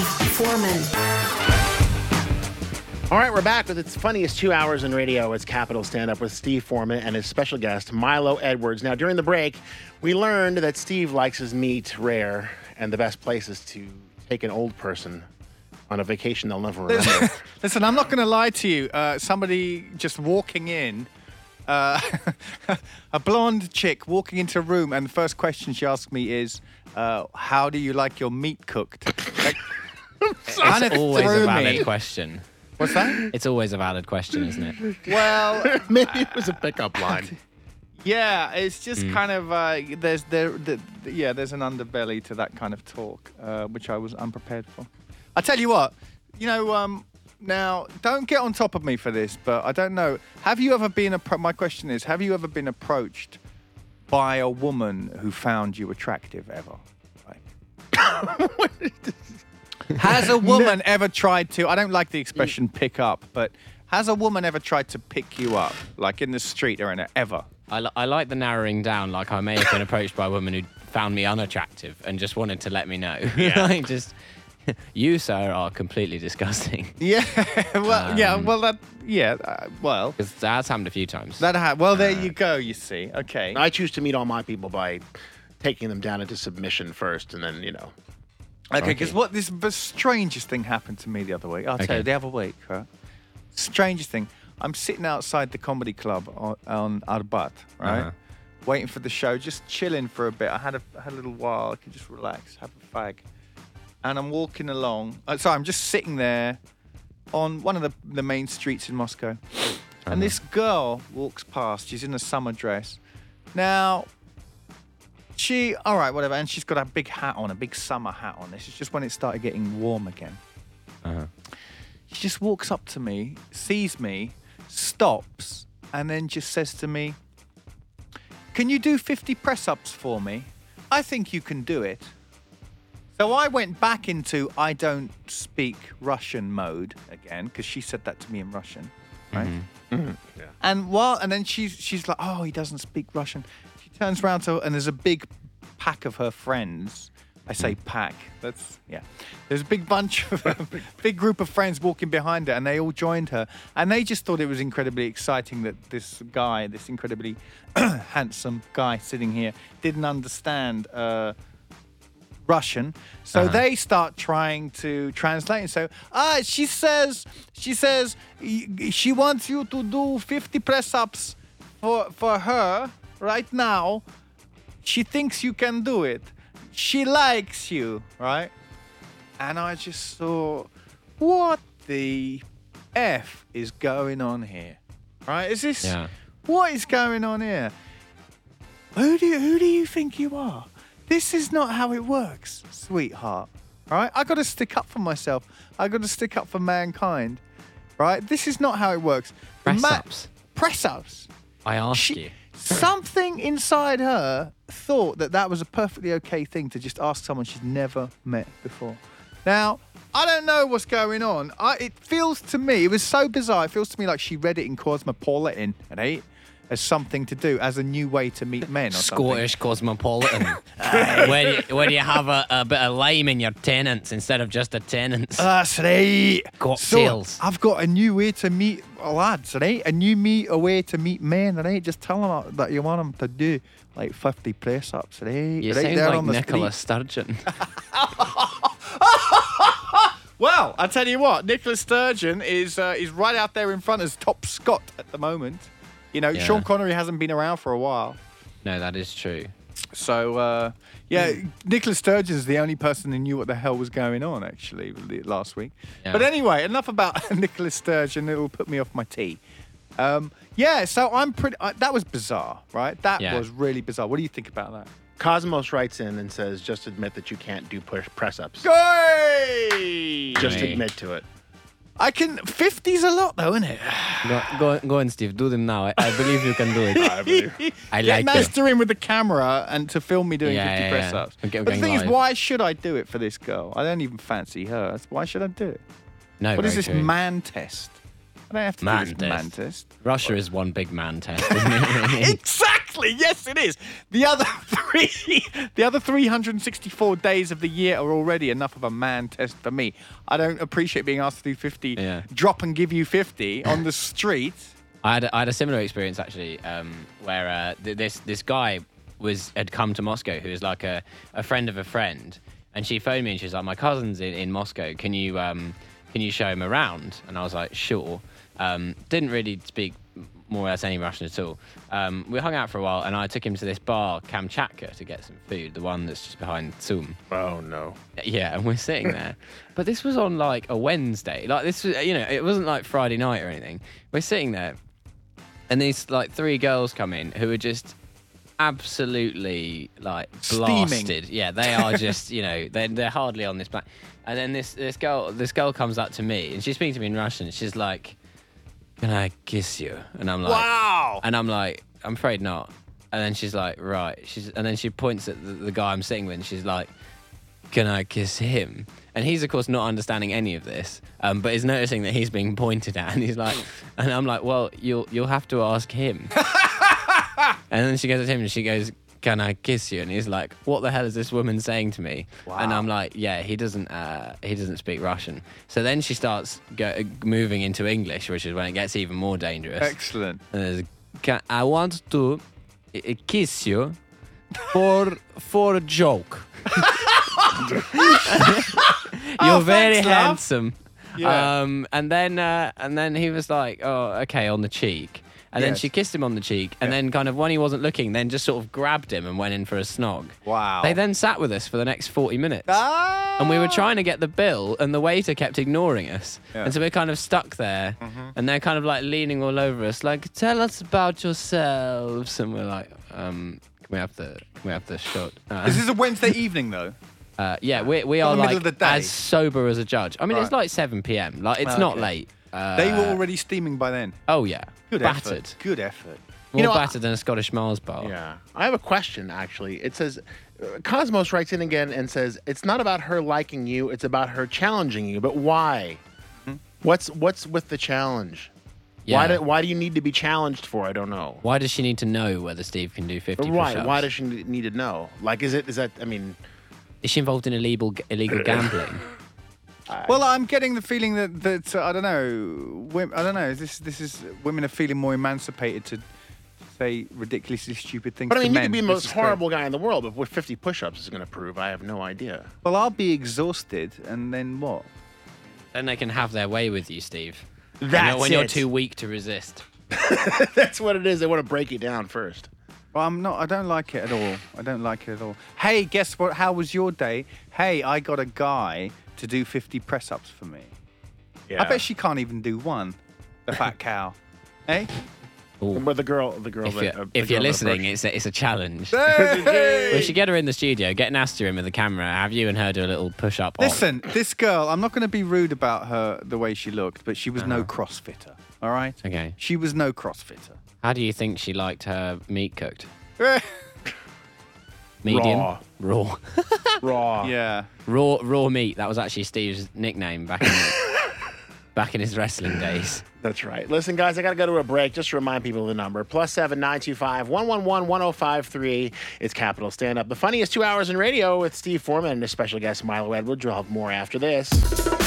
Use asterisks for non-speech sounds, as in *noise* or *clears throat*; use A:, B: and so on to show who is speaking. A: Foreman.
B: All right, we're back with its funniest two hours in radio. It's Capital Stand Up with Steve Foreman and his special guest, Milo Edwards. Now, during the break, we learned that Steve likes his meat rare, and the best place is to take an old person on a vacation they'll *laughs* never remember.
C: Listen, I'm not going to lie to you. Uh, somebody just walking in, uh, *laughs* a blonde chick walking into a room, and the first question she asks me is, uh, "How do you like your meat cooked?" Like, kinda
D: It's always
C: threw
D: a valid
C: me.
D: question.
C: What's
D: *laughs*
C: that?
D: It's always a valid question, isn't it?
C: Well,
B: Maybe it was a pickup line.
C: yeah, it's just kind of uh, there's there, the, the- yeah, there's an underbelly to that kind of talk, uh, which I was unprepared for. I tell you what, you know, um, now don't get on top of me for this, but I don't know. Have you ever been? Appro- my question is, have you ever been approached by a woman who found you attractive ever? Like, *laughs* has a woman ever tried to? I don't like the expression "pick up," but has a woman ever tried to pick you up, like in the street or in a, ever?
D: I, li- I like the narrowing down. Like I may have been approached by a woman who found me unattractive and just wanted to let me know. *laughs* Yeah. like just you, sir, are completely disgusting. *laughs*
C: Yeah. *laughs* Well, yeah. Well, that. Yeah. Uh, well,
D: Because that's happened a few times.
C: that. Ha- well, there you go. You see. Okay.
B: I choose to meet all my people by taking them down into submission first, and then, you know.
C: Okay. Because what this the strangest thing happened to me the other week. I'll tell
D: Okay.
C: you the other week. Right? Strangest thing. I'm sitting outside the comedy club on, on Arbat, right?
D: Uh-huh.
C: Waiting for the show, just chilling for a bit. I had a had a little while. I could just relax, have a fag, and I'm walking along. Uh, sorry, I'm just sitting there on one of the, the main streets in Moscow.
D: Uh-huh.
C: And this girl walks past. She's in a summer dress. Now, she, all right, whatever. And she's got a big hat on, a big summer hat on. This is just when it started getting warm again. She just walks up to me, sees me, stops, and then just says to me, Can you do 50 press ups for me? I think you can do it. So I went back into I don't speak Russian mode again because she said that to me in Russian, right? And while and then she's she's like, oh, he doesn't speak Russian. She turns around to and there's a big pack of her friends. I say pack. That's yeah. There's a big bunch of *laughs* big group of friends walking behind her, and they all joined her. And they just thought it was incredibly exciting that this guy, this incredibly *clears throat* handsome guy sitting here, didn't understand uh, Russian. So they start trying to translate. And so, ah, she says, she says, y- she wants you to do 50 press ups for, for her right now. She thinks you can do it. She likes you, right? And I just thought, what the F is going on here? Right? Is this,
D: Yeah.
C: what is going on here? Who do you, who do you think you are? This is not how it works, sweetheart. All right? I got to stick up for myself. I got to stick up for mankind. Right? This is not how it works. The
D: Press ups.
C: Press ups.
D: I ask
C: She,
D: you.
C: something inside her thought that that was a perfectly okay thing to just ask someone she's never met before. Now, I don't know what's going on. I, it feels to me, it was so bizarre. It feels to me like she read it in Cosmopolitan at eight as something to do, as a new way to meet men. Or something.
D: Scottish *laughs* cosmopolitan. Uh, where, do you, where do you have a, a bit of lime in your tenants instead of just a tenants?
C: That's right.
D: Cocktails.
C: So, I've got a new way to meet lads, right? A new meet, a way to meet men, right? Just tell them that you want them to do like 50 press ups, right?
D: you
C: right
D: sound
C: there
D: like
C: on the
D: Nicola
C: street.
D: *laughs* Sturgeon.
C: Well, I tell you what, Nicola Sturgeon is uh, is right out there in front as top Scot at the moment. You know,
D: Yeah.
C: Sean Connery hasn't been around for a while.
D: no, that is true.
C: So, uh, yeah,
D: Hmm.
C: Nicola Sturgeon's the only person who knew what the hell was going on, actually, the- last week.
D: Yeah.
C: But anyway, enough about *laughs* Nicola Sturgeon. It'll put me off my tea. Um, yeah, so I'm pretty. I, that was bizarre, right? That
D: Yeah.
C: was really bizarre. What do you think about that?
B: Cosmos writes in and says, just admit that you can't do push press ups.
C: Hey!
B: Just
D: Hey.
B: admit to it.
C: I can. 50's a lot, though, isn't it?
D: Go, go, go on, Steve. Do them now. I, I believe you can do it. *laughs* I,
B: *laughs*
C: Get
D: like
C: nice
D: it.
C: to him with the camera and to film me doing
D: Yeah,
C: 50
D: yeah,
C: press
D: yeah.
C: ups.
D: Okay,
C: But the
D: going
C: thing is,
D: live.
C: why should I do it for this girl? I don't even fancy her. That's- Why should I do it?
D: No,
C: What is
D: very
C: this
D: true.
C: man test? I don't have to
D: Man
C: do this
D: test.
C: man test. *laughs*
D: Russia is one big man test, isn't it? *laughs*
C: Exactly.
D: really?
C: exactly. Yes, it is. The other *laughs* three, the other 364 days of the year are already enough of a man test for me. I don't appreciate being asked to do 50.
D: Yeah.
C: Drop and give you 50 on the street.
D: I had, I had a similar experience actually, um, where uh, th- this this guy was had come to Moscow, who was like a, a friend of a friend, and she phoned me and she was like, "My cousin's in, in Moscow. Can you um, can you show him around?" And I was like, "Sure." Um, didn't really speak more or less any Russian at all. Um, we hung out for a while, and I took him to this bar, Kamchatka, to get some food, the one that's just behind Tsum.
B: Oh no.
D: Yeah, and we're sitting
C: *laughs*
D: there. but this was on like a Wednesday. Like this was, you know, it wasn't like Friday night or anything. We're sitting there, and these like three girls come in who are just absolutely like
C: Steaming.
D: blasted. Yeah, they
C: *laughs*
D: are just, you know, they're, they're hardly on this planet. And then this this girl this girl comes up to me and she's speaking to me in Russian. She's like, "Can I kiss you?" And I'm *laughs* like,
C: Wow.
D: and I'm like, I'm afraid not. And then she's like, right. She's and then she points at the, the guy I'm sitting with. and She's like, can I kiss him? And he's of course not understanding any of this, um, but is noticing that he's being pointed at, *laughs* and he's like, and I'm like, well, you'll you'll have to ask him. and then she goes to him and she goes, can I kiss you? And he's like, what the hell is this woman saying to me? And I'm like, yeah, he doesn't uh, he doesn't speak Russian. So then she starts go, moving into English, which is when it gets even more dangerous.
C: Excellent.
D: And there's, can, Eh, I want to uh, kiss you for for a
C: *laughs*
D: joke. You're very
C: Oh, thanks, love.
D: handsome.
C: Yeah.
D: Um, and then uh, and then he was like, oh, okay, on the cheek. And then
C: Yes.
D: she kissed him on the cheek, and
C: Yeah.
D: then kind of when he wasn't looking, then just sort of grabbed him and went in for a snog.
C: Wow.
D: They then sat with us for the next forty minutes.
C: Ah.
D: And we were trying to get the bill, and the waiter kept ignoring us.
C: Yeah. Mm-hmm.
D: And so we're kind of stuck there. And they're kind of like leaning all over us, like, tell us about yourselves. And we're like, um, can we have the, can we have the shot? Uh,
C: This is a Wednesday evening though.
D: uh, yeah, we, we
C: In the
D: are
C: middle
D: like
C: of the day.
D: as sober as a judge. I mean, it's
C: Right.
D: like 7 p.m. Like, it's not
C: Okay.
D: late. Uh,
C: They were already steaming by then.
D: Oh, yeah.
C: Good
D: battered.
C: effort. Good effort. you
D: More
C: know,
D: battered than a Scottish Mars bar.
B: Yeah. I have a question actually. It says uh, Cosmos writes in again and says it's not about her liking you, it's about her challenging you. But why? Hmm? What's what's with the challenge? Why
D: Yeah.
B: do why do you need to be challenged for? I don't know.
D: Why does she need to know whether Steve can do 50
B: Right.
D: push-ups?
B: Why does she need to know? Like, is it is that? I mean,
D: Is she involved in illegal illegal
C: *laughs*
D: gambling?
C: Well, I'm getting the feeling that that uh, I don't know. wom- I don't know. This this is women are feeling more emancipated to say ridiculously stupid things.
B: but I
C: to
B: mean, you
C: men.
B: could be the
C: This
B: most
C: is great.
B: horrible guy in the world, but what 50 push-ups is going to prove? I have no idea.
C: Well, I'll be exhausted, and then what?
D: Then they can have their way with you, Steve.
B: That's
D: you know, when you're
B: it.
D: too weak to resist.
B: *laughs* That's what it is. They want to break you down first.
C: Well, I'm not. I don't like it at all. I don't like it at all. Hey, guess what? How was your day? Hey, I got a guy to do 50 press-ups for me.
B: Yeah.
C: I bet she can't even do one. The
B: *laughs*
C: fat cow. Hey.
B: But the girl, the girl.
D: If
B: that,
D: you're,
B: uh, the
D: if you're
B: girl that
D: listening,
B: approached-
D: it's a, it's a challenge.
C: Hey!
D: We should get her in the studio, get Nasta in with the camera, have you and her do a little push up.
C: Listen, this girl, I'm not going to be rude about her, the way she looked, but she was no CrossFitter, all right?
D: Okay.
C: She was no CrossFitter.
D: How do you think she liked her meat cooked? Medium?
B: Raw.
D: Raw. *laughs*
B: raw.
C: yeah.
D: raw, raw meat. That was actually Steve's nickname back in, back in his wrestling days.
B: That's right. Listen, guys, I got to go to a break just to remind people of the number plus seven nine two five one one one one zero five three. It's Capital Stand Up, the funniest two hours in radio with Steve Foreman and his special guest Milo Edwards. We'll have more after this.